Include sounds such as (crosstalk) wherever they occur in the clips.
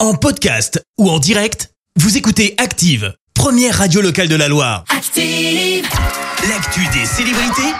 En podcast ou en direct, vous écoutez Active, première radio locale de la Loire. Active, L'actu des célébrités,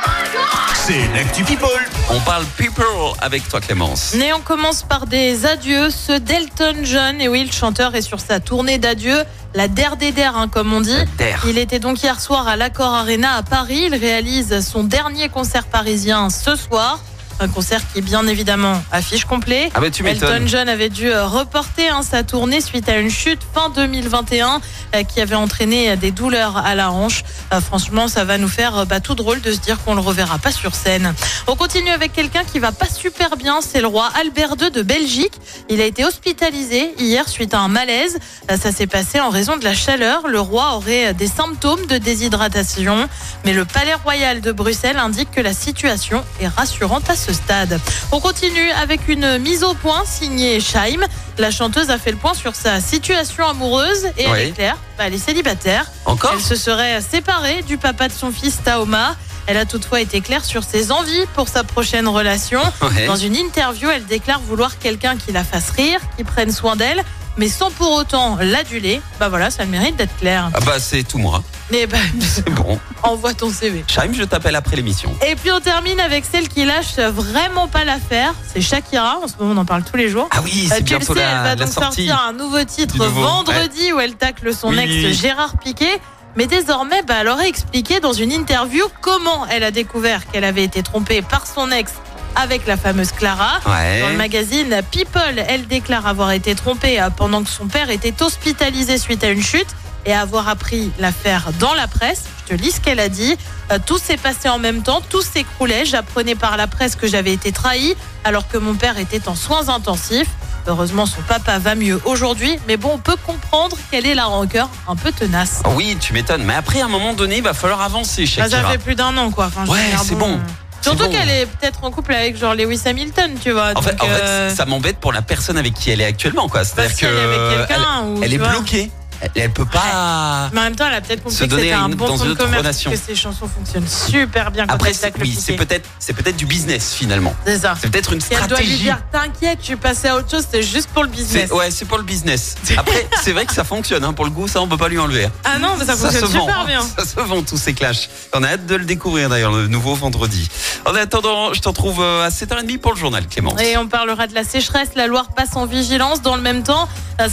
c'est l'actu People. On parle people avec toi Clémence. Et on commence par des adieux. Ce Delton John, et oui, le chanteur est sur sa tournée d'adieu, la der des der, hein, comme on dit. Terre. Il était donc hier soir à l'Accor Arena à Paris. Il réalise son dernier concert parisien ce soir. Un concert qui, bien évidemment, affiche complet. Ah bah tu Elton m'étonnes. John avait dû euh, reporter hein, sa tournée suite à une chute fin 2021 euh, qui avait entraîné euh, des douleurs à la hanche. Euh, franchement, ça va nous faire euh, bah, tout drôle de se dire qu'on le reverra pas sur scène. On continue avec quelqu'un qui va pas super bien, c'est le roi Albert II de Belgique. Il a été hospitalisé hier suite à un malaise. Euh, Ça s'est passé en raison de la chaleur. Le roi aurait euh, des symptômes de déshydratation, mais le Palais Royal de Bruxelles indique que la situation est rassurante à ce stade. On continue avec une mise au point signée Shaim. La chanteuse a fait le point sur sa situation amoureuse et elle Oui. est claire, bah, elle est célibataire. Encore Elle se serait séparée du papa de son fils Taoma. Elle a toutefois été claire sur ses envies pour sa prochaine relation. Ouais. Dans une interview, elle déclare vouloir quelqu'un qui la fasse rire, qui prenne soin d'elle, mais sans pour autant l'aduler. Bah voilà, ça le mérite d'être clair. Ah bah c'est tout moi. Mais bah, C'est bon. (laughs) envoie ton CV. Chaim, je t'appelle après l'émission. Et puis on termine avec celle qui lâche vraiment pas l'affaire. C'est Shakira. En ce moment, on en parle tous les jours. Ah oui, Euh, c'est tu le bientôt sais, elle la, va la donc sortie. sortir un nouveau titre Du nouveau, vendredi où elle tacle son Oui. ex Gérard Piquet. Mais désormais, bah, elle aurait expliqué dans une interview comment elle a découvert qu'elle avait été trompée par son ex avec la fameuse Clara. Dans le Ouais. magazine People, elle déclare avoir été trompée euh, pendant que son père était hospitalisé suite à une chute et avoir appris l'affaire dans la presse. Je te lis ce qu'elle a dit. Euh, Tout s'est passé en même temps, tout s'écroulait. J'apprenais par la presse que j'avais été trahi alors que mon père était en soins intensifs. Heureusement, son papa va mieux aujourd'hui, mais bon, on peut comprendre qu'elle est la rancœur un peu tenace. Ah Oui, tu m'étonnes. Mais après, à un moment donné, il va falloir avancer, Bah, ça Shakira. fait plus d'un an, quoi. Enfin, je Ouais, veux dire, c'est bon. C'est Surtout bon. qu'elle est peut-être en couple avec genre Lewis Hamilton, tu vois. En fait, donc, en fait, euh, ça m'embête pour la personne avec qui elle est actuellement, quoi. Parce C'est-à-dire que qu'elle est avec euh, elle, quelqu'un ou elle tu est vois. bloquée. Elle, elle peut pas. Mais en même temps, elle a peut-être Se compris que donner c'était à un une- bon dans fond une de autre commerce relation. parce que ces chansons fonctionnent super bien quand Après, elles c'est- taclent le oui, c'est piquet. peut-être, c'est peut-être du business finalement. C'est ça. C'est peut-être une Si elle doit lui stratégie. dire t'inquiète, je suis passée à autre chose, c'est juste pour le business. C'est- ouais, c'est pour le business. (laughs) Après, c'est vrai que ça fonctionne. hein. Pour le goût, ça, on peut pas lui enlever. hein. Ah non, mais ça fonctionne se vend, super hein. bien. Ça se vend tous ces clashs. On a hâte de le découvrir d'ailleurs le nouveau vendredi. En attendant, je t'en trouve à 7h30 pour le journal Clémence. Et on parlera de la sécheresse. La Loire passe en vigilance. Dans le même temps,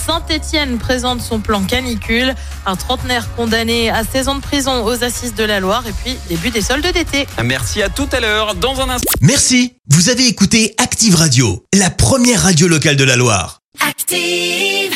Saint-Étienne présente son plan canicule. Un trentenaire condamné à 16 ans de prison aux assises de la Loire. Et puis, début des soldes d'été. Merci à tout à l'heure. Dans un instant. Merci, vous avez écouté Active Radio, la première radio locale de la Loire. active.